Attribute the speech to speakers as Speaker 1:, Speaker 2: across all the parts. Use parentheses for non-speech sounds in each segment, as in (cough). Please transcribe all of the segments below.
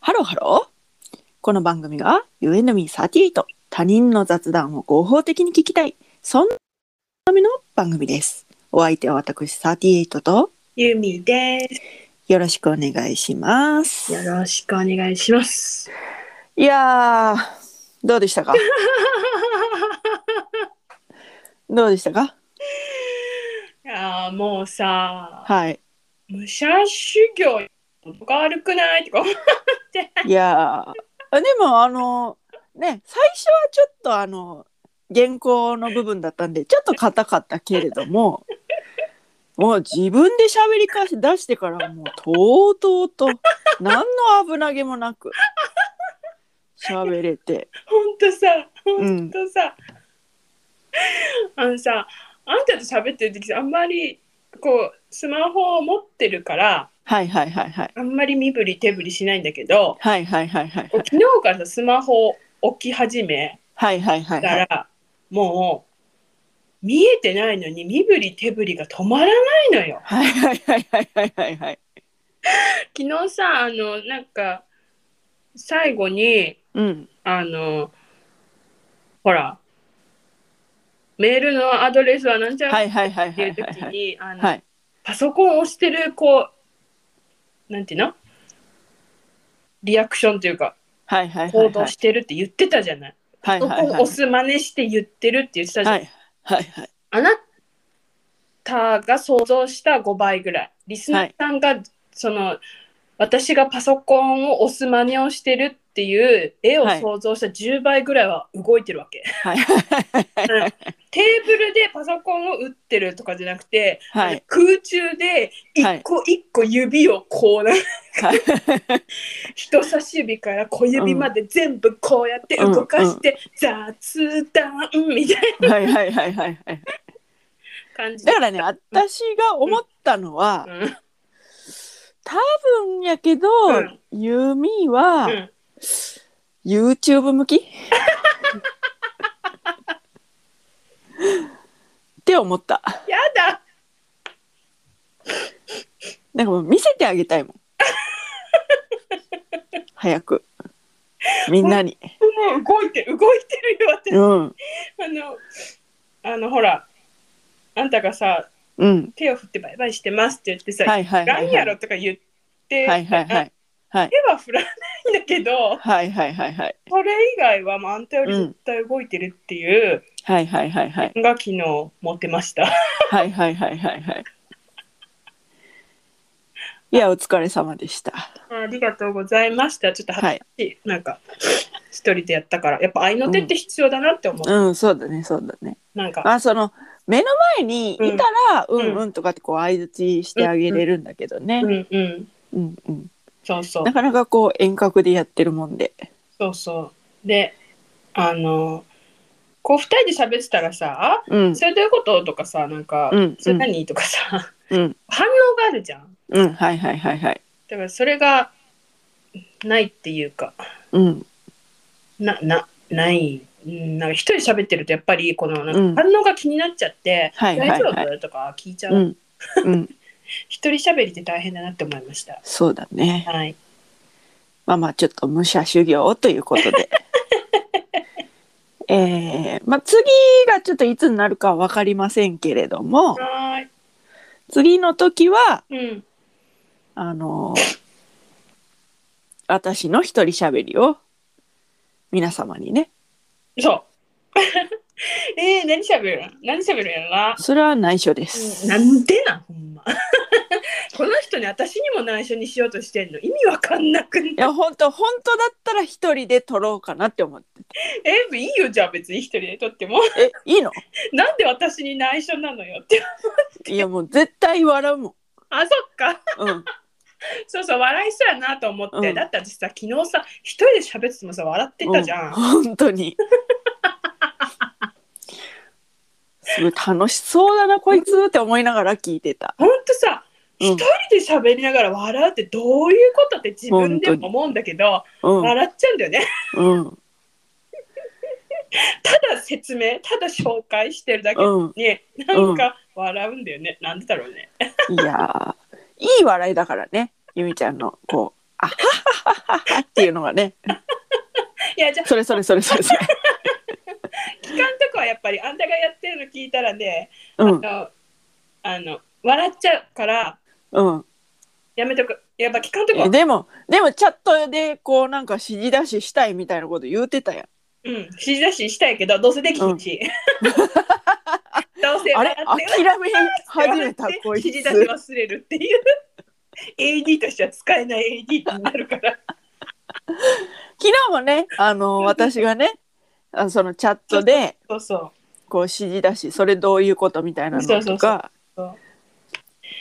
Speaker 1: ハローハロー。この番組は You and me38 他人の雑談を合法的に聞きたい。そんなための番組です。お相手は私38と
Speaker 2: ゆみです。
Speaker 1: よろしくお願いします。
Speaker 2: よろしくお願いします。
Speaker 1: いやー、どうで
Speaker 2: (laughs)
Speaker 1: したかどうでしたか
Speaker 2: いやーもうさ、
Speaker 1: はい。
Speaker 2: 武者修行とか悪くないとか思って。
Speaker 1: いやー、でもあの、ね、最初はちょっとあの、原稿の部分だったんで、ちょっと硬かったけれども、もう自分で喋りかし出してからもうとうとうと、何の危なげもなく、喋れて。
Speaker 2: ほんとさ、ほ
Speaker 1: うん
Speaker 2: んとさ、あのさ、あんたと喋ってる時さあんまりこうスマホを持ってるから、
Speaker 1: はいはいはいはい。
Speaker 2: あんまり身振り手振りしないんだけど、
Speaker 1: はいはいはいはい
Speaker 2: こう。昨日からさスマホを置き始め
Speaker 1: はいはいは
Speaker 2: た
Speaker 1: いはい。
Speaker 2: ら、もう見えてないのに身振り手振りが止まらないのよ。
Speaker 1: はいはいはいはいはいはいはい。
Speaker 2: 昨日さあのなんか最後に
Speaker 1: うん。
Speaker 2: あのほらメールのアドレスはなんちゃ
Speaker 1: は
Speaker 2: らっ
Speaker 1: いはいはい
Speaker 2: て
Speaker 1: はいいうはい
Speaker 2: 時
Speaker 1: はい。
Speaker 2: にあの
Speaker 1: はい。
Speaker 2: パソコンを押してるこうなんていうのリアクションというか
Speaker 1: はいはいはいはい。
Speaker 2: 行動してるって言ってたじゃない。
Speaker 1: はい
Speaker 2: そ
Speaker 1: は
Speaker 2: こ
Speaker 1: い
Speaker 2: を
Speaker 1: はい
Speaker 2: 押。す真似して言ってるって言ってたじゃ
Speaker 1: は
Speaker 2: ん。
Speaker 1: いはいはい。
Speaker 2: あなたが想像した5倍ぐらい。リスナーさんが、その私がパソコンを押す真似をしてるっていう絵を
Speaker 1: はい
Speaker 2: 想像した10倍ぐらいは動いてるわけ。
Speaker 1: はいはいはいはい
Speaker 2: テーブルでパソコンを打ってるとかじゃなくて、
Speaker 1: はい
Speaker 2: 空中で一個一個指をこうな、
Speaker 1: はい
Speaker 2: 人差し指から小指まで全部こうやって動かして、雑談みたい
Speaker 1: はいはいはいはいはい
Speaker 2: な感じで
Speaker 1: だからね私が思ったのは
Speaker 2: うんうん
Speaker 1: 多分やけど、
Speaker 2: うん
Speaker 1: ユミは YouTube 向きって思った
Speaker 2: やだ
Speaker 1: なんかもう見せてあげたいもん早くみんなに
Speaker 2: もう動いてる動いてるよ私
Speaker 1: うん
Speaker 2: あのあのほらあんたがさ
Speaker 1: うん
Speaker 2: 手を振ってバイバイしてますって言ってさ「
Speaker 1: はいはい
Speaker 2: な
Speaker 1: はい
Speaker 2: ん
Speaker 1: は
Speaker 2: や
Speaker 1: い
Speaker 2: ろ」とか言って、
Speaker 1: はいはいはい
Speaker 2: 手は振らないんだけ
Speaker 1: は
Speaker 2: ど
Speaker 1: いはいはいはい
Speaker 2: それ以外はもうあんたより絶対動いてるっていう
Speaker 1: はいはいはいはい
Speaker 2: のが昨日持ってました、
Speaker 1: はいはいはいはいはい。いや、お疲れ様でした。
Speaker 2: ありがとうございましたちょっと恥ず
Speaker 1: は
Speaker 2: か
Speaker 1: い。
Speaker 2: しい、なんか一人でやったからやっぱ愛の手って必要だなって思う、
Speaker 1: うん、そうだね、そうだね。
Speaker 2: なんか
Speaker 1: まあ、その、目の前にいたら、うん、うんとかってこう、相槌してあげれるんだけどね
Speaker 2: う。んうん
Speaker 1: うんうん。
Speaker 2: そうそう
Speaker 1: なかなかこう、遠隔でやってるもんで。
Speaker 2: そうそうであのこう二人で喋ってたらさ
Speaker 1: うん。
Speaker 2: それどういうこととかさなんか、
Speaker 1: うん
Speaker 2: それ何とかさ、 (laughs)
Speaker 1: うん
Speaker 2: 反応があるじゃん
Speaker 1: うん、はいはいはいはい。
Speaker 2: だからそれがないっていうか
Speaker 1: うん。
Speaker 2: ななないうんなんか一人喋ってるとやっぱりこのな
Speaker 1: うん
Speaker 2: んか反応が気になっちゃって「
Speaker 1: はいはいはい
Speaker 2: 大丈夫?」とか聞いちゃう、
Speaker 1: うん。うん。
Speaker 2: 一人喋りって大変だなって思いました
Speaker 1: そうだね。
Speaker 2: はい
Speaker 1: まあまあ、ちょっと武者修行ということ (laughs) で。えー、まあ次がちょっといつになるかは分かりませんけれども、
Speaker 2: はーい
Speaker 1: 次の時は
Speaker 2: うん
Speaker 1: あのー私の一人しゃべりを皆様にね
Speaker 2: そう (laughs) えー、何喋るん何喋るんやろな
Speaker 1: それは内緒で
Speaker 2: う
Speaker 1: す、
Speaker 2: んなんでなんほんま (laughs) この人に私にも内緒にしようとしてんの意味わかんなくない
Speaker 1: いや本当本当だったら一人で撮ろうかなって思って
Speaker 2: えいいよじゃあ別に一人で撮っても
Speaker 1: えいいの
Speaker 2: なんで私に内緒なのよって
Speaker 1: (laughs) いやもう絶対笑うもん
Speaker 2: あそっか
Speaker 1: うん
Speaker 2: そうそう笑いそうやなと思って、
Speaker 1: うん
Speaker 2: だって私さ昨日さ一人で喋っててもさ笑ってたじゃん、
Speaker 1: う本当にすごい楽しそうだなこいつって思いながら聞いてた、
Speaker 2: ほんとさ
Speaker 1: うん
Speaker 2: 一人で喋りながら笑うってどういうことって自分でも思うんだけど
Speaker 1: うん
Speaker 2: 笑っちゃうんだよね (laughs)
Speaker 1: うん
Speaker 2: ただ説明ただ紹介してるだけ
Speaker 1: うん
Speaker 2: に、なんか笑うんだよねなんでだろうね
Speaker 1: いやーいい笑いだからねゆみちゃんのこうあははははっていうのがね、
Speaker 2: いやじゃあ
Speaker 1: それそれそれそれそれ。
Speaker 2: 期間とかはやっぱりあんたがやってるの聞いたらね、
Speaker 1: うん
Speaker 2: あのあの笑っちゃうから
Speaker 1: うん。
Speaker 2: やめとくやっぱ期間とかは
Speaker 1: えでもでもチャットでこうなんか指示出ししたいみたいなこと言うてたやん。
Speaker 2: うん指示出ししたいけどどうせできひんし、 (laughs) どうせ
Speaker 1: あれ諦め始めたこい
Speaker 2: 指
Speaker 1: つ。
Speaker 2: 示出し忘れるっていう AD としては使えない AD になるから
Speaker 1: 昨日もねあの私がねあそのチャットで
Speaker 2: そうそう
Speaker 1: こう指示出しそれどういうことみたいなのとか
Speaker 2: そうそ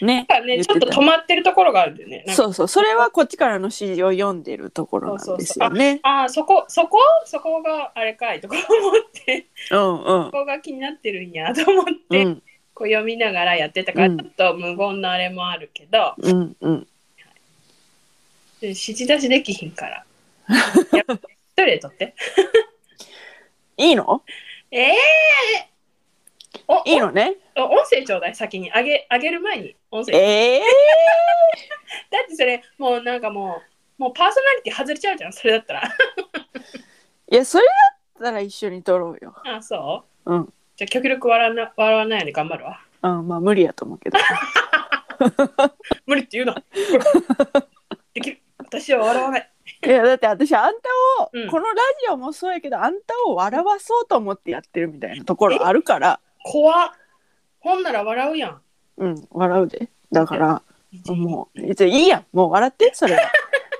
Speaker 2: う
Speaker 1: ね
Speaker 2: なんかね
Speaker 1: 言
Speaker 2: ちょってと
Speaker 1: た
Speaker 2: 止まってるところがあるんだよねなんか
Speaker 1: そうそうそれはこっちからの指示を読んでるところなんですよね。
Speaker 2: ああそこそこそこがあれかいとか思って
Speaker 1: うんうん
Speaker 2: ここが気になってるんやと思っ
Speaker 1: う
Speaker 2: て、
Speaker 1: ん
Speaker 2: こう読みながらやってたから、
Speaker 1: うん
Speaker 2: ちょっと無言のあれもあるけど
Speaker 1: うんうん
Speaker 2: 指示出しできひんから
Speaker 1: (laughs)
Speaker 2: やっぱ一人で取って
Speaker 1: いいの
Speaker 2: ええお
Speaker 1: いいのね。
Speaker 2: お音声ちょうだい先にあげあげる前に音声だ
Speaker 1: ええ
Speaker 2: ってそれもうなんかもうもうパーソナリティ外れちゃうじゃんそれだったら (laughs)
Speaker 1: いやそれだったら一緒に撮ろうよ。
Speaker 2: あそう
Speaker 1: うん
Speaker 2: じゃあ極力笑わな笑わないように頑張るわ
Speaker 1: あまあ無理やと思うけ (laughs) ど。
Speaker 2: 無理って
Speaker 1: (laughs)
Speaker 2: 言うなできる私は笑わない
Speaker 1: いやだって私あんたを、
Speaker 2: うん
Speaker 1: このラジオもそうやけどあんたを笑わそうと思ってやってるみたいなところあるから、
Speaker 2: 怖っほんなら笑うやん
Speaker 1: うん笑うでだからもういついいやんもう笑ってそれは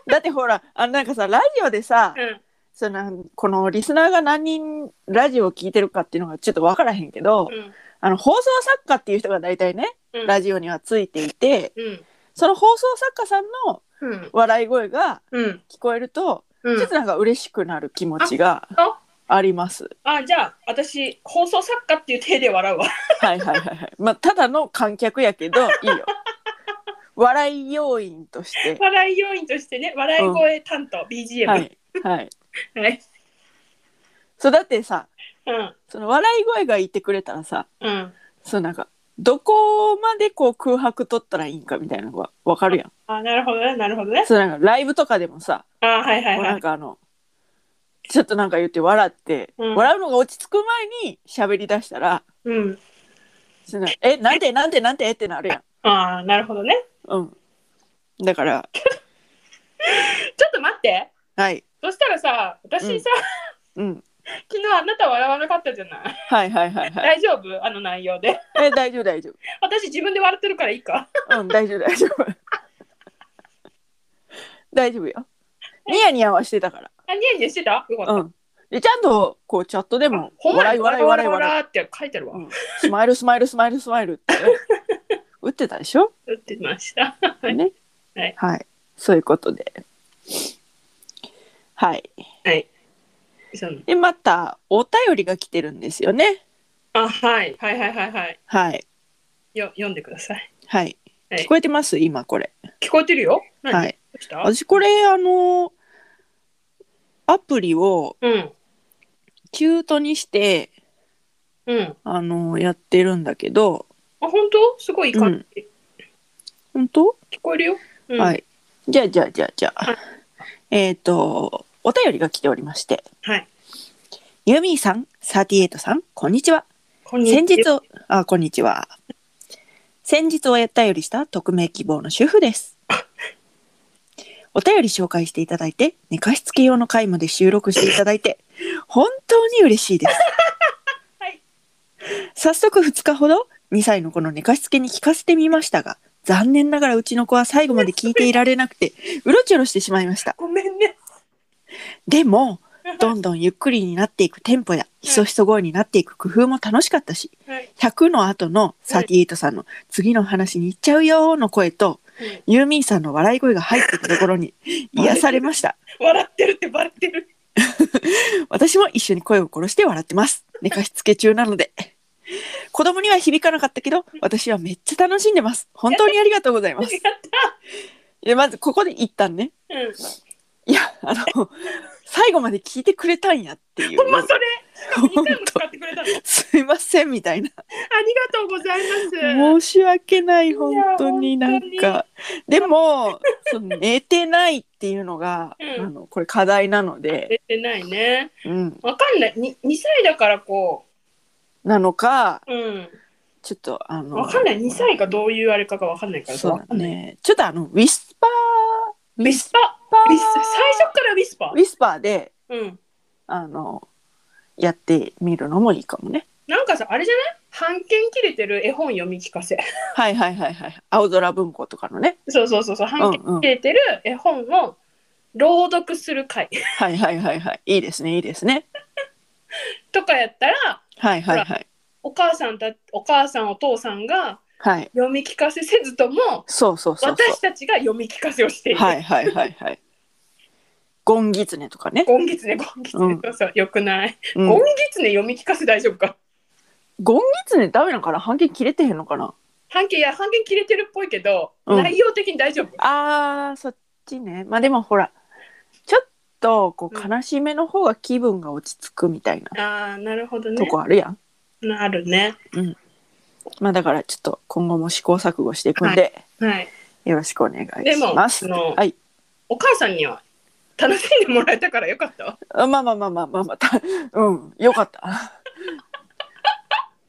Speaker 1: だってほらあのなんかさラジオでさ、
Speaker 2: うん
Speaker 1: そのこのリスナーが何人ラジオを聞いてるかっていうのがちょっと分からへんけど、
Speaker 2: うん
Speaker 1: あの放送作家っていう人が大体ね、
Speaker 2: うん
Speaker 1: ラジオにはついていて
Speaker 2: うん
Speaker 1: その放送作家さんの
Speaker 2: うん
Speaker 1: 笑い声が
Speaker 2: うん
Speaker 1: 聞こえると、
Speaker 2: う
Speaker 1: ちょ
Speaker 2: ん
Speaker 1: っとなんか嬉しくなる気持ちが
Speaker 2: あ
Speaker 1: あります。
Speaker 2: あじゃあ私放送作家っていう体で笑うわ
Speaker 1: はいはいはいはい。まあただの観客やけ
Speaker 2: (laughs)
Speaker 1: どいいよ。笑い要員として。
Speaker 2: 笑い要員としてね笑い声担当、BGM
Speaker 1: は
Speaker 2: はい、
Speaker 1: いはい。そうだってさ、
Speaker 2: うん
Speaker 1: その笑い声が言ってくれたらさ、
Speaker 2: うん
Speaker 1: そうなんかどこまでこう空白取ったらいいんかみたいなのがわかるやん。
Speaker 2: あなるほどねなるほどね
Speaker 1: そうなんかライブとかでもさ、
Speaker 2: あはいはい
Speaker 1: こう
Speaker 2: は
Speaker 1: なん
Speaker 2: い
Speaker 1: かあの。ちょっとなんか言って笑って、
Speaker 2: うん
Speaker 1: 笑うのが落ち着く前に喋り出したら
Speaker 2: うん
Speaker 1: 「そうなんかえなんてなんてなんて?」ってなるやん。
Speaker 2: ああなるほどね
Speaker 1: うん、だから
Speaker 2: ちょっと待って
Speaker 1: はい、
Speaker 2: そしたらさ私さ、
Speaker 1: うん、
Speaker 2: 昨日あなた笑わなかったじゃない
Speaker 1: はいはいはいはい。
Speaker 2: 大丈夫あの内容で
Speaker 1: え大丈夫大丈夫。
Speaker 2: 私自分で笑ってるからいいか
Speaker 1: うん、大丈夫、大丈夫。大丈夫よ。ニヤニヤはしてたから。
Speaker 2: あニヤニヤしてたよかった、
Speaker 1: うん。で、ちゃんと、こう、チャットで
Speaker 2: あ
Speaker 1: も、
Speaker 2: ほんま
Speaker 1: 笑
Speaker 2: に
Speaker 1: い、笑い、
Speaker 2: 笑
Speaker 1: 笑い、
Speaker 2: い笑い
Speaker 1: 笑い。
Speaker 2: 笑いって書いてるわ、
Speaker 1: うんスマイル、スマイル、スマイル、スマイル
Speaker 2: (laughs)
Speaker 1: ってね。打ってたでしょ
Speaker 2: 打ってましたはい
Speaker 1: ね
Speaker 2: はい。
Speaker 1: はい。そういうことで。はい。
Speaker 2: その
Speaker 1: で、また、お便りが来てるんですよね。
Speaker 2: あはいはいはいはいはい
Speaker 1: はい。
Speaker 2: よ読んでください
Speaker 1: はい。
Speaker 2: はい
Speaker 1: 聞こえてます今、これ。
Speaker 2: 聞こえてるよ何、
Speaker 1: はい。
Speaker 2: どうした
Speaker 1: 私、これ、あの、アプリを
Speaker 2: うん
Speaker 1: キュートにして、
Speaker 2: うん
Speaker 1: あのやってるんだけど
Speaker 2: あ本当すごいいい感じ、
Speaker 1: 本当、
Speaker 2: 聞こえるよ、うん、
Speaker 1: はいじゃあじゃあじゃあじゃあ、
Speaker 2: はい
Speaker 1: えっ、とお便りが来ておりまして
Speaker 2: はい
Speaker 1: ユーミーさんサーティエイトさんこんにちは
Speaker 2: こんにちは
Speaker 1: 先日おあこんにちは先日お便りした匿名希望の主婦ですお便り紹介していただいて寝かしつけ用の回まで収録していただいて本当に嬉しいです、
Speaker 2: はい
Speaker 1: 早速2日ほど2歳の子の寝かしつけに聞かせてみましたが残念ながらうちの子は最後まで聞いていられなくてうろちょろしてしまいました
Speaker 2: ごめんね
Speaker 1: でもどんどんゆっくりになっていくテンポやひそひそ声になっていく工夫も楽しかったし
Speaker 2: はい
Speaker 1: 100の後の38さんの次の話に行っちゃうよーの声と
Speaker 2: うん
Speaker 1: ユーミンさんの笑い声が入ってたところに癒されました
Speaker 2: 笑ってるってバレてる
Speaker 1: 私も一緒に声を殺して笑ってます寝かしつけ中なので (laughs) 子供には響かなかったけど私はめっちゃ楽しんでます本当にありがとうございます
Speaker 2: やっ
Speaker 1: でまずここで一旦ね
Speaker 2: たうん
Speaker 1: いやあの最後まで聞いてくれたんやっていう
Speaker 2: ほんまそれ回も2回も使ってくれたの。ありが
Speaker 1: すいませんみたいな
Speaker 2: とうございま
Speaker 1: 申
Speaker 2: す。
Speaker 1: し訳ない本当に
Speaker 2: い
Speaker 1: な
Speaker 2: や本
Speaker 1: ん
Speaker 2: 当に
Speaker 1: かで
Speaker 2: (laughs)
Speaker 1: もその寝てないっていうのが、
Speaker 2: うん
Speaker 1: あのこれ課題なので、
Speaker 2: 出てないね。
Speaker 1: うん、
Speaker 2: わかんない。に2歳だからこ
Speaker 1: なのか
Speaker 2: う。うん。
Speaker 1: ちょっとあの
Speaker 2: わかんない。2歳がどういうあれかがわかんないから。
Speaker 1: そう
Speaker 2: わか
Speaker 1: だ
Speaker 2: んない。
Speaker 1: ねちょっとあのウィスパー
Speaker 2: ウィスパー。
Speaker 1: パ
Speaker 2: ウィス最初からウィスパ
Speaker 1: ウィスパーで
Speaker 2: ー。うん。
Speaker 1: あのやってみるのもいいかもね
Speaker 2: なんかさ、あれじゃない半券切れてる絵本読み聞かせ。
Speaker 1: はいはいはいはい青空文庫とかのね
Speaker 2: そうそうそうそう。半券切れてる絵本を朗読する会
Speaker 1: はいはいはいはいいいですねいいですね
Speaker 2: とかやったら、
Speaker 1: はいはいはい
Speaker 2: お母さんたお母さんお父さんが
Speaker 1: はい
Speaker 2: 読み聞かせせずとも
Speaker 1: そうそうそうそう
Speaker 2: 私たちが読み聞かせをしている。
Speaker 1: はいはいはいはい。ゴンギツネとかね。
Speaker 2: ゴンギツネゴンギツネ、
Speaker 1: うん
Speaker 2: そうそうよくない、
Speaker 1: うん
Speaker 2: ゴンギツネ読み聞かせ大丈夫か
Speaker 1: ゴンギツネダメなのかな半券切れてへんのかな
Speaker 2: 半径いや半径切れてるっぽいけど、
Speaker 1: うん
Speaker 2: 内容的に大丈夫
Speaker 1: あー、そっちね。まあでもほら、ちょっとこう
Speaker 2: うん
Speaker 1: 悲しめの方が気分が落ち着くみたいな
Speaker 2: ああなるほど
Speaker 1: と
Speaker 2: ね
Speaker 1: こあるやん。
Speaker 2: なるね
Speaker 1: まあだからちょっと今後も試行錯誤していくんで、
Speaker 2: はい
Speaker 1: よろしくお願い
Speaker 2: でも
Speaker 1: します。
Speaker 2: あの
Speaker 1: はい。
Speaker 2: お母さんには楽しんでもらえたからよかったわ
Speaker 1: あまあまあまあまあまあまた、うん、よかった。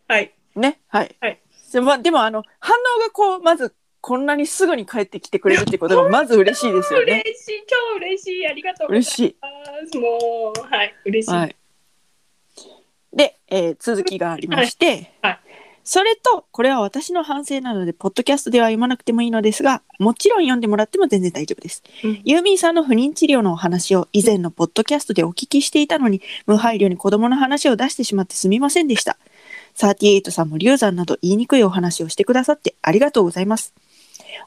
Speaker 2: はい
Speaker 1: ね、はい。
Speaker 2: はい
Speaker 1: でまあでもあの、反応がこう、まずこんなにすぐに帰ってきてくれるってことがまず嬉しいですよね。
Speaker 2: 嬉しい超嬉しいありがとうござい
Speaker 1: 嬉
Speaker 2: ます
Speaker 1: しい。
Speaker 2: もうはい嬉しい、
Speaker 1: はい。で、えー続きがありまして、
Speaker 2: はいはい
Speaker 1: それとこれは私の反省なのでポッドキャストでは読まなくてもいいのですがもちろん読んでもらっても全然大丈夫です
Speaker 2: うん
Speaker 1: ユーミンさんの不妊治療のお話を以前のポッドキャストでお聞きしていたのに無配慮に子供の話を出してしまってすみませんでした38さんも流産など言いにくいお話をしてくださってありがとうございます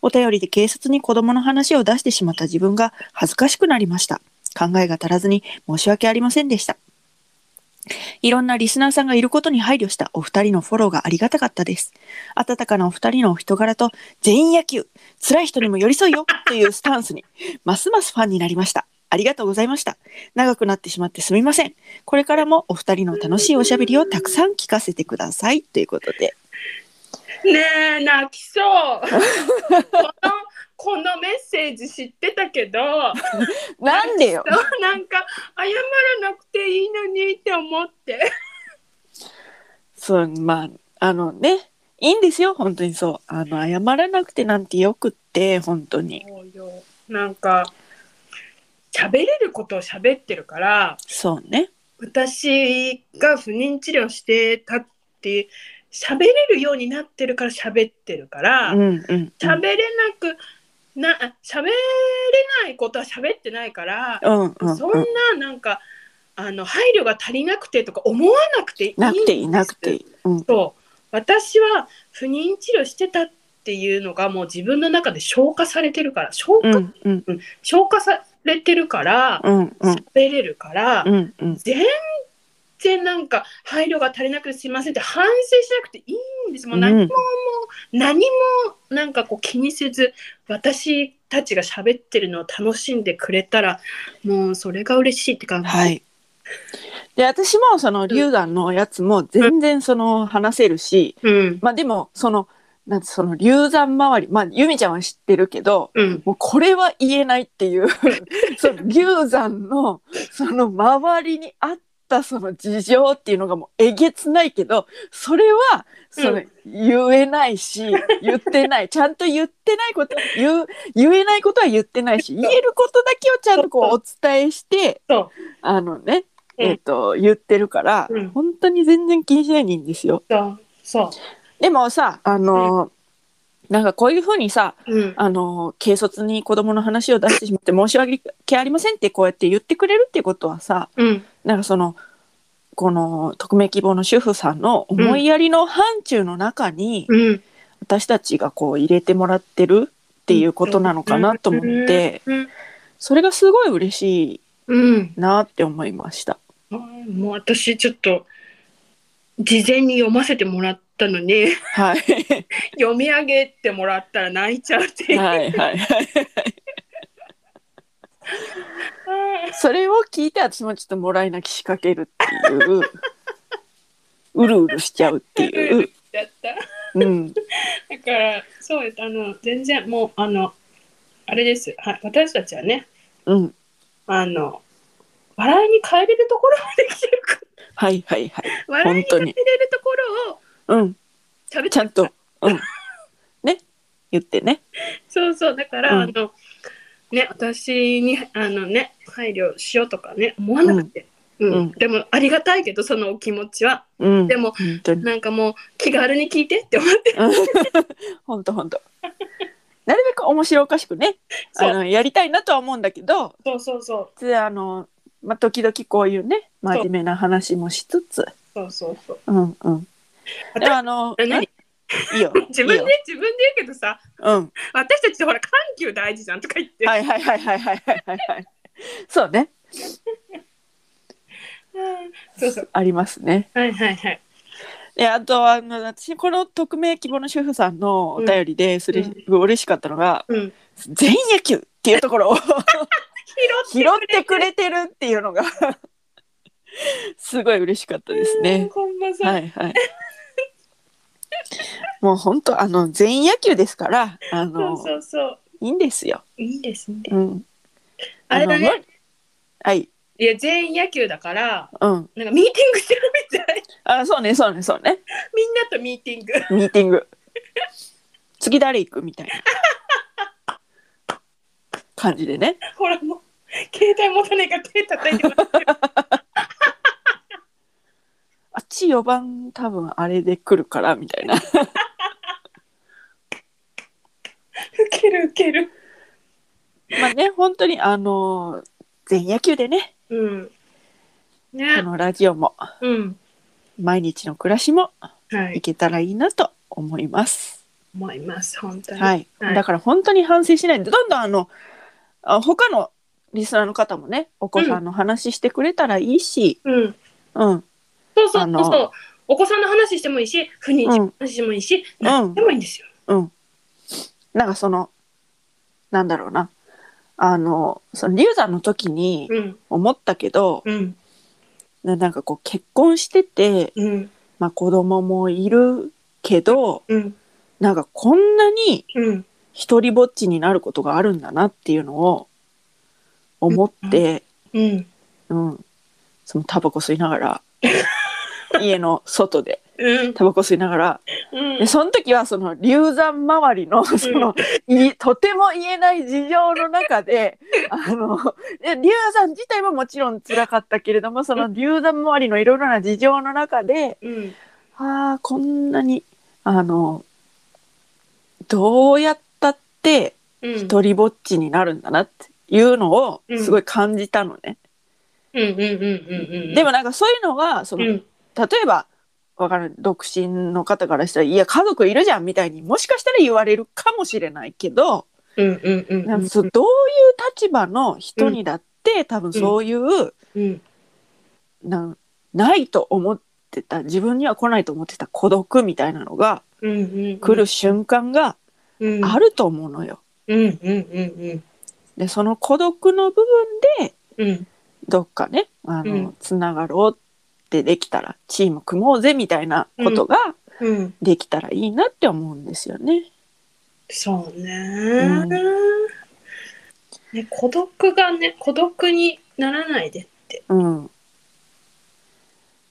Speaker 1: お便りで警察に子供の話を出してしまった自分が恥ずかしくなりました考えが足らずに申し訳ありませんでしたいろんなリスナーさんがいることに配慮したお二人のフォローがありがたかったです。温かなお二人のお人柄と全員野球、辛い人にも寄り添いよというスタンスに、ますますファンになりました。ありがとうございました。長くなってしまってすみません。これからもお二人の楽しいおしゃべりをたくさん聞かせてください。ということで。
Speaker 2: ねえ泣きそうこのこのメッセージ知ってたけど
Speaker 1: なんでよ
Speaker 2: そう (laughs) なんか謝らなくていいのにって思って
Speaker 1: そう、まあ、あのね、いいんですよ、本当にそう。あの、謝らなくてなんてよくって、本当に。
Speaker 2: そうよなんか喋れることを喋ってるから
Speaker 1: そうね。
Speaker 2: 私が不妊治療してたって喋れるようになってるから喋ってるか
Speaker 1: う
Speaker 2: ら
Speaker 1: んうん、うん。
Speaker 2: 喋れなくなあ喋れないことは喋ってないから
Speaker 1: うんうんうん。
Speaker 2: そんななんかあの配慮が足りなくてとか思わなくていいんです
Speaker 1: なくていいなくていい。うん、
Speaker 2: そう私は不妊治療してたっていうのがもう自分の中で消化されてるから消化、
Speaker 1: うん、うん、
Speaker 2: 消化されてるから
Speaker 1: うん、うん
Speaker 2: 喋、れるから、
Speaker 1: うん、うん、
Speaker 2: 全然なんか配慮が足りなくてすいませんって反省しなくていいんですもう何も、
Speaker 1: うん
Speaker 2: 何もなんかこう気にせず私たちが喋ってるのを楽しんでくれたらもうそれが嬉しいって感じ、
Speaker 1: はい。で、私もその流産のやつも全然その話せるし、
Speaker 2: うん
Speaker 1: まあ、でも、その。なんてその流産周り、まあ、由美ちゃんは知ってるけど。
Speaker 2: うん
Speaker 1: もうこれは言えないっていう (laughs) その流産のその周りにあったその事情っていうのがもうえげつないけどそれはその
Speaker 2: う
Speaker 1: 言えないし、言ってないちゃんと言ってないこと言う言えないことは言ってないし言えることだけをちゃんとこうお伝えして
Speaker 2: そう
Speaker 1: あのね
Speaker 2: うん
Speaker 1: えっと言ってるから、
Speaker 2: うん
Speaker 1: 本当に全然気にしないでいいんですよ。
Speaker 2: そうそ
Speaker 1: でもさあの、なんかこういうふうにさ
Speaker 2: う、うん、
Speaker 1: あの軽率に子供の話を出してしまって申し訳ありませんってこうやって言ってくれるってことはさ
Speaker 2: うん
Speaker 1: なんかそのこの匿名希望の主婦さんの思いやりの範疇の中に
Speaker 2: うん
Speaker 1: 私たちがこう入れてもらってるっていうことなのかなと思って
Speaker 2: うん
Speaker 1: それがすごい嬉し
Speaker 2: うん
Speaker 1: いなって思いました。
Speaker 2: もう私ちょっと事前に読ませてもらった
Speaker 1: (laughs)
Speaker 2: のに (laughs)
Speaker 1: はい、
Speaker 2: 読み上げてもらったら泣いちゃうっていう。
Speaker 1: はいはいはいそれを聞いて私もちょっともらい泣き仕掛けるっていううるうるしちゃうっていう。
Speaker 2: やった。
Speaker 1: うん、
Speaker 2: だから、そうです。あの、全然、もう、あの、あれです。はい、私たちはね、
Speaker 1: うん、
Speaker 2: あの、笑いに変えれるところまで来
Speaker 1: (laughs)
Speaker 2: てるか
Speaker 1: はいはいはい。
Speaker 2: ら、笑いに
Speaker 1: 本当
Speaker 2: 変え
Speaker 1: に
Speaker 2: れるところを
Speaker 1: うん、
Speaker 2: 喋って
Speaker 1: ちゃんと、うん、ね、言ってね。
Speaker 2: そうそう、だから、
Speaker 1: うん
Speaker 2: あの、ね、私に、あのね、配慮しようとかね、思わなくて。うん
Speaker 1: うん
Speaker 2: でもありがたいけどそのお気持ちは
Speaker 1: うん、
Speaker 2: でも
Speaker 1: 本当に。 (laughs)
Speaker 2: なんかもう気軽に聞いてって思って
Speaker 1: 本当本当。なるべく面白おかしくね、
Speaker 2: そ
Speaker 1: あ
Speaker 2: う
Speaker 1: のやりたいなとは思うんだけど、
Speaker 2: そうそうそう
Speaker 1: つあのまあ時々こういうね、真面目な話もしつつ、
Speaker 2: そうそうそう
Speaker 1: うんうん。
Speaker 2: 私
Speaker 1: でもあの、
Speaker 2: え何
Speaker 1: いいよ。
Speaker 2: 自分
Speaker 1: いい
Speaker 2: で
Speaker 1: よ
Speaker 2: 自分で言うけどさ
Speaker 1: うん。
Speaker 2: 私たちってほら緩急大事じゃんとか言って、
Speaker 1: はいはいはいはいはいはいはい。そうね、
Speaker 2: うんそうそう
Speaker 1: ありますね。
Speaker 2: はいはいはい
Speaker 1: で、あとあの私この匿名希望の主婦さんのお便りですれ、すごい嬉しかったのが、
Speaker 2: うん
Speaker 1: 全員野球っていうところを (laughs) 拾
Speaker 2: 拾
Speaker 1: ってくれてるっていうのが (laughs) すごい嬉しかったです
Speaker 2: うん
Speaker 1: ね。
Speaker 2: こんばんさん、
Speaker 1: はいはい。もう本当あの全員野球ですからあ
Speaker 2: そう
Speaker 1: の
Speaker 2: そうそう
Speaker 1: いいんですよ。
Speaker 2: いいですね
Speaker 1: うん。
Speaker 2: あれだ
Speaker 1: の。ま
Speaker 2: ね
Speaker 1: はい。
Speaker 2: いや全員野球だから
Speaker 1: うん。
Speaker 2: なんかミーティングしてるみたい
Speaker 1: あそうねそうねそうね。
Speaker 2: みんなとミーティング (laughs)
Speaker 1: ミーティング。次誰行くみたいな感じでね。
Speaker 2: ほらもう携帯持たないから手叩いてます
Speaker 1: あっち4番多分あれで来るからみたいな。
Speaker 2: ウケるウケる
Speaker 1: まあね本当にあの全野球でね
Speaker 2: (laughs) うん
Speaker 1: こ
Speaker 2: ね
Speaker 1: のラジオも
Speaker 2: うん
Speaker 1: 毎日の暮らしも
Speaker 2: はいい
Speaker 1: けたらいいなと思います。
Speaker 2: 思います本当に
Speaker 1: はい、
Speaker 2: はい
Speaker 1: だから本当に反省しないでどんどんあのあ他のリスナーの方もねお子さんの話してくれたらいいし、
Speaker 2: うん
Speaker 1: うん、うん、
Speaker 2: そうそ
Speaker 1: あ
Speaker 2: うそ
Speaker 1: の
Speaker 2: うそうお子さんの話してもいいし不
Speaker 1: う
Speaker 2: 妊し
Speaker 1: ん
Speaker 2: 話してもいいし、
Speaker 1: ん
Speaker 2: 何でもいいんですよ
Speaker 1: なんかそのなんだろうなあのその流産の時に
Speaker 2: うん
Speaker 1: 思ったけど、
Speaker 2: うん
Speaker 1: ななんかこう結婚してて、
Speaker 2: うん
Speaker 1: まあ、子供もいるけど
Speaker 2: うん
Speaker 1: なんかこんなに
Speaker 2: うん
Speaker 1: 一人ぼっちになることがあるんだなっていうのを思って、
Speaker 2: うん
Speaker 1: うんそのタバコ吸いながら家の外で
Speaker 2: うん
Speaker 1: タバコ吸いながら
Speaker 2: うん
Speaker 1: でその時はその流産周りのその、いとても言えない事情の中
Speaker 2: (laughs)
Speaker 1: であので流産自体はもちろん辛かったけれどもその流産周りのいろいろな事情の中で
Speaker 2: うん
Speaker 1: ああこんなにあのどうやったって
Speaker 2: うん
Speaker 1: 一人ぼっちになるんだなっていうのをすごい感じたのね。
Speaker 2: うんうんうんうんうん
Speaker 1: でもなんかそういうのがその、
Speaker 2: うん
Speaker 1: 例えばわかる独身の方からしたら「いや家族いるじゃん」みたいにもしかしたら言われるかもしれないけど、
Speaker 2: うんうんうん
Speaker 1: なんかそうどういう立場の人にだって、多分そういう、
Speaker 2: うん
Speaker 1: なんないと思ってた自分には来ないと思ってた孤独みたいなのが
Speaker 2: うんうん
Speaker 1: 来る瞬間が
Speaker 2: うん
Speaker 1: あると思うのよ。
Speaker 2: うんうんうん
Speaker 1: でその孤独の部分で
Speaker 2: うんうん
Speaker 1: どっかねあの、
Speaker 2: うん
Speaker 1: つながろうってできたらチーム組もうぜみたいなことが
Speaker 2: うん
Speaker 1: できたらいいなって思うんですよね。
Speaker 2: そうね、
Speaker 1: ん
Speaker 2: ね孤独がね孤独にならないでって
Speaker 1: うん、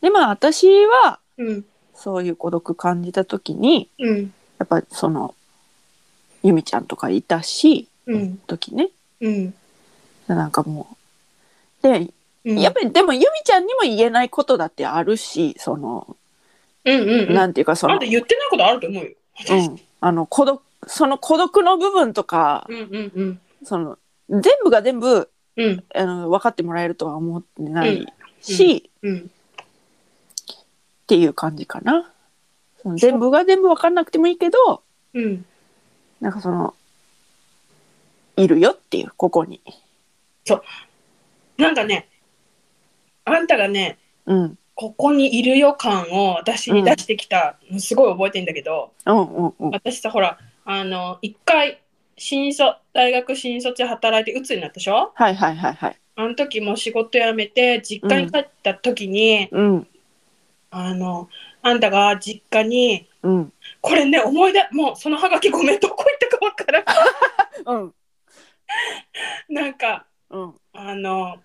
Speaker 1: でまあ私は
Speaker 2: うん
Speaker 1: そういう孤独感じた時に
Speaker 2: うん
Speaker 1: やっぱそのゆみちゃんとかいたし
Speaker 2: うん
Speaker 1: 時ね
Speaker 2: うん
Speaker 1: なんかもう。で
Speaker 2: うん
Speaker 1: やっぱりでもゆみちゃんにも言えないことだってあるしその
Speaker 2: うんうんうん
Speaker 1: なんていうかそ
Speaker 2: あ
Speaker 1: の
Speaker 2: んた、言ってないことあると思うよ
Speaker 1: うん、あの孤独その孤独の部分とか
Speaker 2: うんうんうん
Speaker 1: その全部が全部
Speaker 2: うん
Speaker 1: あの分かってもらえるとは思ってないし、っ
Speaker 2: うん
Speaker 1: ていう感じかな。その全部が全部分かんなくてもいいけど
Speaker 2: うん
Speaker 1: なんかそのいるよっていうここに。
Speaker 2: なんかねあんたがね
Speaker 1: うん
Speaker 2: ここにいるよ感を私に出してきたのすごい覚えてんだけど、
Speaker 1: うんうんうん
Speaker 2: 私さほらあの一回新卒大学新卒で働いて鬱になったでしょ
Speaker 1: はいはいはいはい。
Speaker 2: あの時もう仕事辞めて実家に帰った時に、
Speaker 1: うん
Speaker 2: あのあんたが実家に、
Speaker 1: うん。
Speaker 2: これね、思い出、もうそのハガキごめん、どこ行ったかわからん。
Speaker 1: うん。
Speaker 2: なんか、
Speaker 1: うん。
Speaker 2: あの、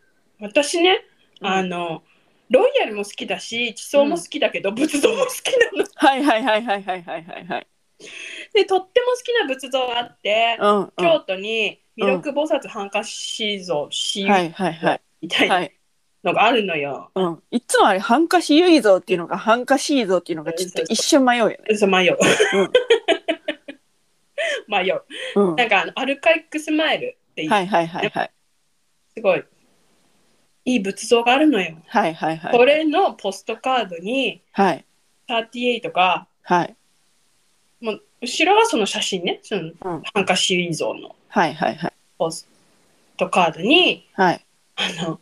Speaker 2: 私ね、あの、ロイヤルも好きだし、地層も好きだけど、仏像も好きなの。
Speaker 1: はいはいはいはいはいはいはいはい。
Speaker 2: (laughs) で、とっても好きな仏像があって、
Speaker 1: うん。うん
Speaker 2: 京都に弥勒菩薩ハンカシ像し、
Speaker 1: はいはいはい。
Speaker 2: みたい
Speaker 1: は。
Speaker 2: ないのがあるのよ。
Speaker 1: うん。いつもあれ、ハンカシユイゾーっていうのが、ハンカシーゾーっていうのが、ちょっと一瞬迷うよね。
Speaker 2: 嘘迷う。
Speaker 1: うん
Speaker 2: (laughs) 迷う。
Speaker 1: うん。は
Speaker 2: なん
Speaker 1: い
Speaker 2: かあのアルカイックスマイルっていう、
Speaker 1: はいはいはい。
Speaker 2: すごいいい仏像があるのよ。
Speaker 1: はいはいはい。
Speaker 2: これのポストカードに
Speaker 1: はい。
Speaker 2: 38が
Speaker 1: はい。
Speaker 2: もう後ろはその写真ねその
Speaker 1: うん
Speaker 2: ハンカシー像の
Speaker 1: はいはいはい。
Speaker 2: ポストカードに
Speaker 1: はい。
Speaker 2: あの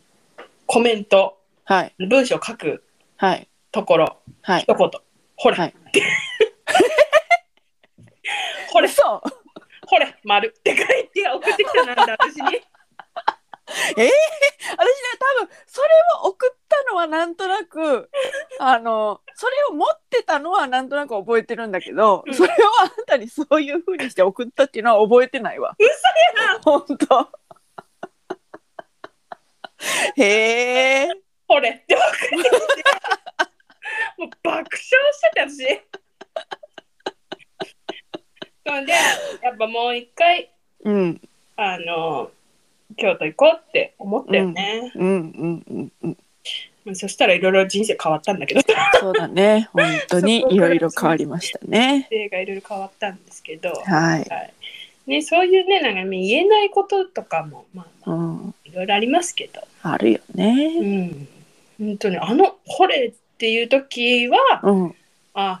Speaker 2: コメント
Speaker 1: はい。
Speaker 2: 文章書く
Speaker 1: はい。
Speaker 2: ところ
Speaker 1: はい
Speaker 2: 一。言ほれ、
Speaker 1: はい
Speaker 2: って (laughs) ほれ
Speaker 1: そう。
Speaker 2: ほれ丸って書いて送ってきたなんだ私に
Speaker 1: 私ね多分それを送ったのはなんとな
Speaker 2: (laughs)
Speaker 1: くあのそれを持ってたのはなんとなく覚えてるんだけど、
Speaker 2: うん
Speaker 1: それをあんたにそういうふうにして送ったっていうのは覚えてないわ。
Speaker 2: 嘘やん
Speaker 1: 本当へえ
Speaker 2: ほれって送ってきてもう爆笑してたしそんでやっぱもう一回
Speaker 1: うん
Speaker 2: あの京都行こうって思ったよね、
Speaker 1: うんうんうんうん
Speaker 2: まあそしたらいろいろ人生変わったんだけど (laughs)
Speaker 1: そうだね本当にいろいろ変わりましたね
Speaker 2: 生がいろいろ変わったんですけど、
Speaker 1: はい、
Speaker 2: ね、そういうねなんか言えないこととかも、まあ、まあ
Speaker 1: うん、
Speaker 2: いろいろありますけど、
Speaker 1: あるよ
Speaker 2: う
Speaker 1: ね
Speaker 2: ん、本当にあの「これ」っていう時は
Speaker 1: うん
Speaker 2: あ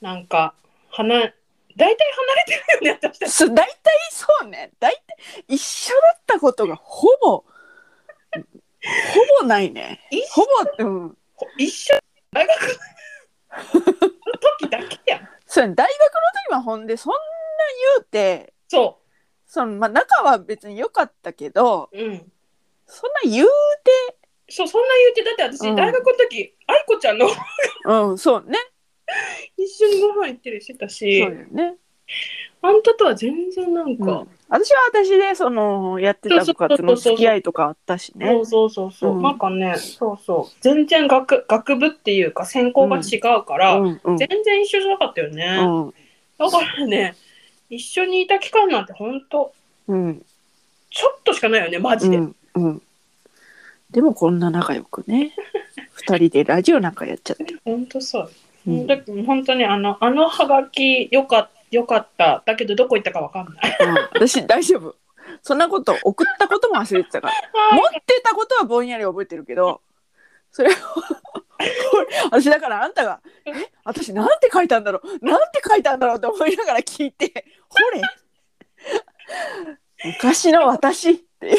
Speaker 2: なんか離大体離れてるよね私たち
Speaker 1: そう大体そうね大体一緒だったことがほぼほぼないね
Speaker 2: 一
Speaker 1: ほぼうん
Speaker 2: こ一緒大学の時だけやん
Speaker 1: そうね大学の時はほんでそんな言うて
Speaker 2: そ
Speaker 1: そのまあ仲は別に良かったけど
Speaker 2: う、うん、
Speaker 1: そんな言う
Speaker 2: そうそんな言うてだって私、
Speaker 1: うん
Speaker 2: 大学の時愛子ちゃんの
Speaker 1: うんそうね
Speaker 2: 一緒にご飯行ってるしてたし
Speaker 1: そうだよね、
Speaker 2: あんたとは全然なん
Speaker 1: う
Speaker 2: か、
Speaker 1: ん、私は私でそのやってた部活の付き合いとかあったし
Speaker 2: そ
Speaker 1: ね
Speaker 2: うそうそうそう、
Speaker 1: うん
Speaker 2: なんかねそうそう全然学学部っていうか専攻が違うか
Speaker 1: う
Speaker 2: ら、
Speaker 1: んうん
Speaker 2: 全然一緒じゃなかったよね、
Speaker 1: うん
Speaker 2: だからね一緒にいた期間なんてほんと
Speaker 1: うん
Speaker 2: ちょっとしかないよねマ
Speaker 1: う
Speaker 2: ジで、
Speaker 1: んうんでもこんな仲良くね二人でラジオなんかやっちゃって、
Speaker 2: ほんとそう、
Speaker 1: う
Speaker 2: ほ
Speaker 1: ん
Speaker 2: んと、本当にあのあのハガキよかよかっただけどどこ行ったかわかんない (laughs)
Speaker 1: うん私大丈夫そんなこと送ったことも忘れてたから持ってたことはぼんやり覚えてるけどそれを (laughs) これ私だからあんたが「え私なんて書いたんだろうなんて書いたんだろう?」って思いながら聞いて「ほれ (laughs) 昔の私」っていう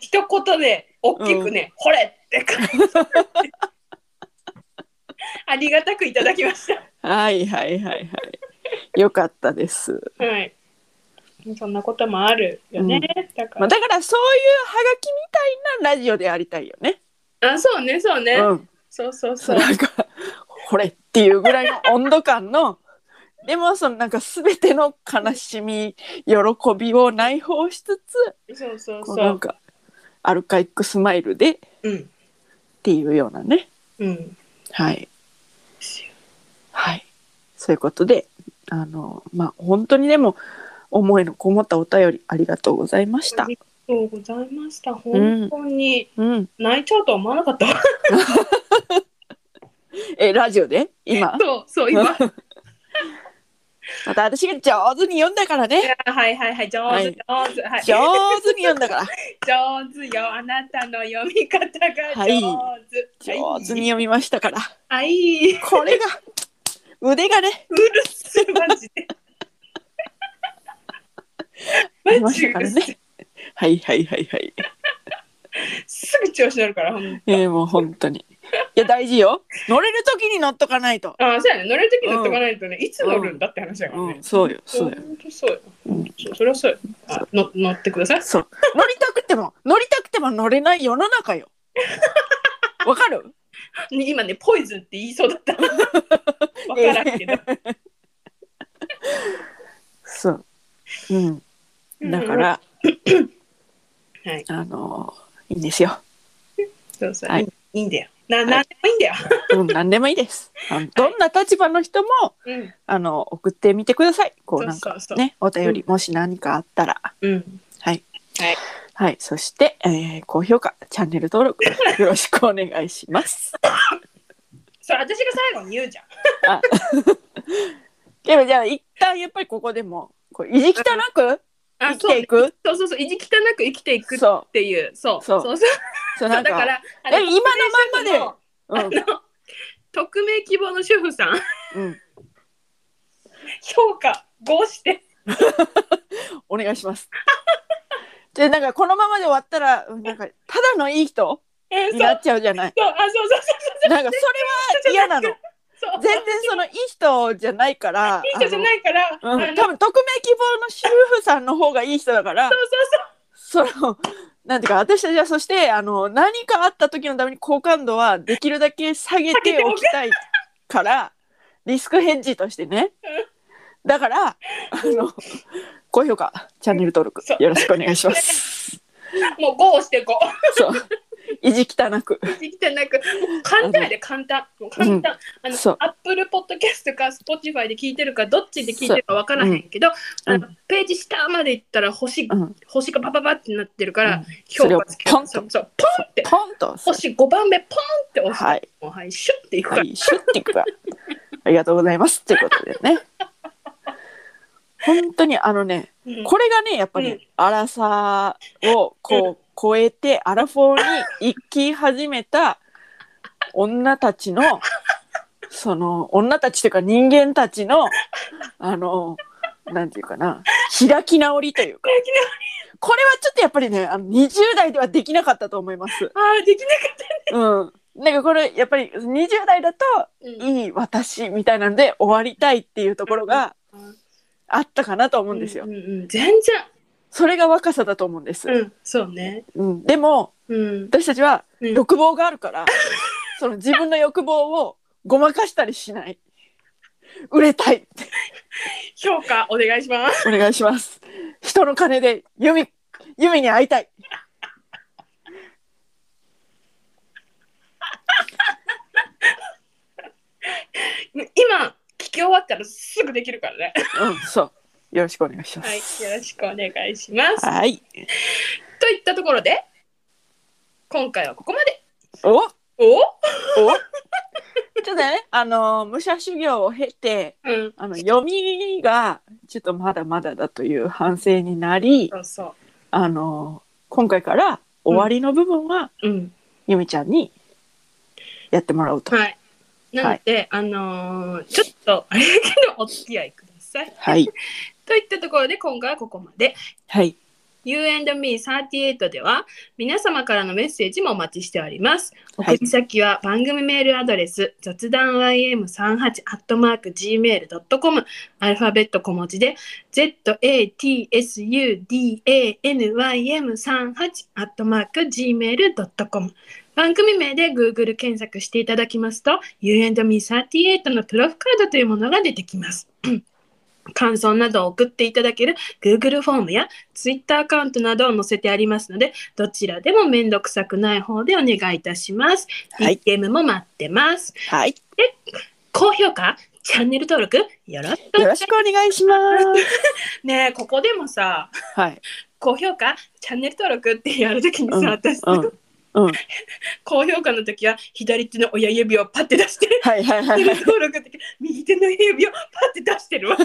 Speaker 2: 一言で大きくね「ほれ!」って感じ (laughs) ありがたくいただきました
Speaker 1: はいはいはいはいよかったです、
Speaker 2: はい。そんなこともあるよね。だか
Speaker 1: まあ、
Speaker 2: ら、
Speaker 1: だからそういうハガキみたいなラジオでありたいよね
Speaker 2: あ、そうね、そうね。
Speaker 1: うん
Speaker 2: そうそうそ
Speaker 1: そうう。なんかこれっていうぐらいの温度感のでもそのなんか全ての悲しみ喜びを内包しつつ
Speaker 2: そうそう
Speaker 1: こう
Speaker 2: そ
Speaker 1: なん
Speaker 2: う。
Speaker 1: かアルカイックスマイルでっ
Speaker 2: うん。
Speaker 1: ていうようなね
Speaker 2: うん。
Speaker 1: はいはいそういうことであのまあ本当にでも思いのこもったお便りありがとうございました
Speaker 2: あ。りがとうございました。本当に
Speaker 1: うん、
Speaker 2: 泣いちゃうとは思わなかった。
Speaker 1: えラジオで今
Speaker 2: (laughs) そうそ
Speaker 1: (laughs)
Speaker 2: う、今。い
Speaker 1: また私が上手に読んだからね
Speaker 2: やはいはいはい、上手、上手、はい。
Speaker 1: 上手に読んだから
Speaker 2: 上手よ、あなたの読み方が
Speaker 1: はい
Speaker 2: 上手。
Speaker 1: 上手に。読みましたから
Speaker 2: はい。
Speaker 1: これが腕がね
Speaker 2: うるせえ、マジで。
Speaker 1: (laughs) あり
Speaker 2: マ
Speaker 1: ま
Speaker 2: ジ
Speaker 1: した
Speaker 2: で
Speaker 1: からね。はいはいはいはい。
Speaker 2: すぐ調子乗るから、ほんと
Speaker 1: えー、もう本当に。いや大事よ。乗れる時に乗っとかないと。
Speaker 2: ああ、そうやね。乗れるとき乗っとかないとね、いつ乗るんだって話だから
Speaker 1: う
Speaker 2: ね
Speaker 1: ん、。そうよ、そうよ。
Speaker 2: 本当そうよ。
Speaker 1: うん
Speaker 2: そそれはそうよ。あの乗ってください。
Speaker 1: そう。乗りたくても、乗りたくても乗れない世の中よ。わかる (laughs)
Speaker 2: 今ね、ポイズンって言いそうだった。わからんけど。
Speaker 1: そう。うん。だから、
Speaker 2: うん。はい。
Speaker 1: あのいいんですよ。
Speaker 2: そうそう。
Speaker 1: はい
Speaker 2: い、いんだよ。な、なんでもいいんだよ。
Speaker 1: うん、何でもいいです。あのどんな立場の人も、
Speaker 2: うん。
Speaker 1: あの、送ってみてください。こう、
Speaker 2: そう
Speaker 1: なんか、
Speaker 2: そうそう。
Speaker 1: ね、お便り、もし何かあったら。
Speaker 2: うん。
Speaker 1: はい。
Speaker 2: はい。
Speaker 1: はい。そして、えー高評価、チャンネル登録、よろしくお願いし
Speaker 2: (laughs)
Speaker 1: ます。
Speaker 2: それ私が最後に言うじゃん。
Speaker 1: でも、じゃあ、一旦やっぱりここでも、こう意地汚く
Speaker 2: あ
Speaker 1: 生き
Speaker 2: そう
Speaker 1: ていく。
Speaker 2: そうそうそう。意地汚く生きていくっ
Speaker 1: そ
Speaker 2: ていう。そう。
Speaker 1: そう
Speaker 2: そう
Speaker 1: う。そう、なん
Speaker 2: だか
Speaker 1: か、
Speaker 2: ら、あれ
Speaker 1: え今のまんまでうん
Speaker 2: 匿名主婦のあの、匿名希望の主婦さん、
Speaker 1: うん、
Speaker 2: 評価5して。
Speaker 1: お願いします。 (laughs) で、なんか、このままで終わったら、うんなんか、ただのいい人
Speaker 2: えー、そ
Speaker 1: に
Speaker 2: う。そう、
Speaker 1: な
Speaker 2: あ
Speaker 1: っ、ちゃうじゃない。
Speaker 2: そうそうそう
Speaker 1: なんか、それは嫌なの。
Speaker 2: そう。そう。
Speaker 1: 全然そのいい人じゃないから。
Speaker 2: いい人じゃないから、
Speaker 1: あの
Speaker 2: あ
Speaker 1: うん、
Speaker 2: の
Speaker 1: 多分匿名希望の主婦さんの方がいい人だから。
Speaker 2: そうそうそう。
Speaker 1: そのなんていうか私たちはそしてあの何かあった時のために好感度はできるだけ下げておきたいからリスクヘッジとしてねだからあの高評価チャンネル登録
Speaker 2: そう
Speaker 1: よろしくお願いします
Speaker 2: もう5をして5。
Speaker 1: そう意地汚く
Speaker 2: 意地汚く。もう簡単やで、簡単。もう簡単。
Speaker 1: うん
Speaker 2: あの
Speaker 1: そう、
Speaker 2: アップルポッドキャストか Spotify で聞いてるか、どっちで聞いてるかわからへんけど、
Speaker 1: うん
Speaker 2: あのページ下まで行ったら星、
Speaker 1: うん
Speaker 2: 星がパパパってなってるか
Speaker 1: う
Speaker 2: ら
Speaker 1: ん、
Speaker 2: 評価つける
Speaker 1: それをポンと
Speaker 2: そうそうポンって。
Speaker 1: ポンと
Speaker 2: 星5番目、ポンって押して、
Speaker 1: はい
Speaker 2: もうはい、シュッていくから。
Speaker 1: はいシュッていくからありがとうございますっていうことでね本当にあのね
Speaker 2: うん
Speaker 1: これがねやっぱり、
Speaker 2: うん
Speaker 1: アラサーをこう超えてアラフォーに行き始めた女たちのその女たちというか人間たちのあのなんていうかな開き直りというか
Speaker 2: 開き直
Speaker 1: これはちょっとやっぱりねあの20代ではできなかったと思います。
Speaker 2: ああ、できなかった。
Speaker 1: うんなんかこれやっぱり20代だと
Speaker 2: うん
Speaker 1: いい私みたいなので終わりたいっていうところがあったかなと思うんですよ。
Speaker 2: うんうん全然。
Speaker 1: それが若さだと思うんです。
Speaker 2: うん、そうね。
Speaker 1: うん、でも
Speaker 2: うん。
Speaker 1: 私たちは
Speaker 2: うん
Speaker 1: 欲望がある
Speaker 2: (laughs)
Speaker 1: から、その自分の欲望をごまかしたりしない売れたい
Speaker 2: 評価お願いします。
Speaker 1: お願いします人の金でユミユミに会いたい
Speaker 2: 今、聞き終わったらすぐできるから
Speaker 1: (laughs)
Speaker 2: ね。
Speaker 1: うんそうよろしくお願いしま
Speaker 2: はい、
Speaker 1: す
Speaker 2: よろしくお願いします。
Speaker 1: はい
Speaker 2: といったところで、今回はここまで。
Speaker 1: おお
Speaker 2: お
Speaker 1: ちょっとねあの武者修行を経て
Speaker 2: うん。
Speaker 1: あの読みがちょっとまだまだだという反省になり
Speaker 2: そうそ
Speaker 1: あの今回から終わりの部分は
Speaker 2: う。うん。
Speaker 1: ユミちゃんにやってもらおうと
Speaker 2: はい。なので、あのーちょっと、あれだけど、お付き合いください。
Speaker 1: はい
Speaker 2: といったところで、今回はここまで。
Speaker 1: はい。
Speaker 2: You and me38 では皆様からのメッセージもお待ちしております。
Speaker 1: はい
Speaker 2: 送り先は番組メールアドレス雑談 ym38-gmail.com アルファベット小文字で zatsudanym38-gmail.com 番組名で Google 検索していただきますと You and me38 のプロフカードというものが出てきます。 (clears throat) 感想などを送っていただける Google フォームやツイッターアカウントなどを載せてありますので、どちらでも面倒くさくない方でお願いいたします。
Speaker 1: はい。
Speaker 2: DM も待ってます。
Speaker 1: はい。
Speaker 2: 高評価、チャンネル登録、よろしくお
Speaker 1: よ
Speaker 2: 願
Speaker 1: ろ
Speaker 2: い
Speaker 1: しくお願いします。
Speaker 2: ねえ、ここでもさ、
Speaker 1: はい。
Speaker 2: 高評価、チャンネル登録ってやるときにさ、
Speaker 1: うん
Speaker 2: 私、
Speaker 1: うん。うん。
Speaker 2: 高評価の時は、左手の親指をパッて出
Speaker 1: (laughs)
Speaker 2: して、
Speaker 1: はいはいは
Speaker 2: チャン
Speaker 1: い
Speaker 2: ネ
Speaker 1: はい。
Speaker 2: ル登録の時、右手の親指をパッて出し
Speaker 1: (laughs)
Speaker 2: てるわ。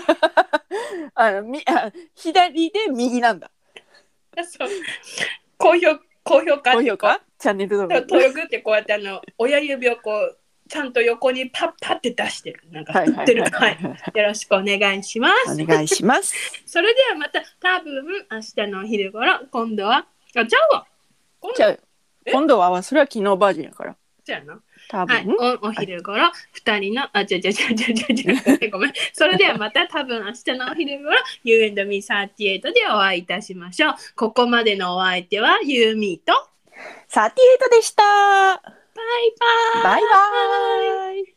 Speaker 1: あの、み、あ、左で右なんだ。
Speaker 2: そう高評高評価
Speaker 1: 高評価。チャンネル登録。
Speaker 2: 登録ってこうやってあの親指をこうちゃんと横にパッパって出してるなんか
Speaker 1: はい
Speaker 2: 振
Speaker 1: は
Speaker 2: っ
Speaker 1: い
Speaker 2: てる
Speaker 1: は
Speaker 2: はい
Speaker 1: い。
Speaker 2: よろしくお願いします
Speaker 1: お願いします。
Speaker 2: それではまた多分明日のお昼頃今度はあちゃうわ
Speaker 1: (laughs)
Speaker 2: 今
Speaker 1: じ
Speaker 2: 度は
Speaker 1: ゃあ、今度はは、それは昨日バージョンやから。
Speaker 2: ちゃうな
Speaker 1: 多
Speaker 2: はい
Speaker 1: 分。
Speaker 2: おお昼頃二人のあちゃちゃちゃちゃちゃちゃ (laughs) ごめんそれではまた多分明日のお昼頃 You and me38 でお会いいたしましょうここまでのお相手はユーミーと
Speaker 1: サティエイトでした。
Speaker 2: バイバーイ
Speaker 1: バイバイ。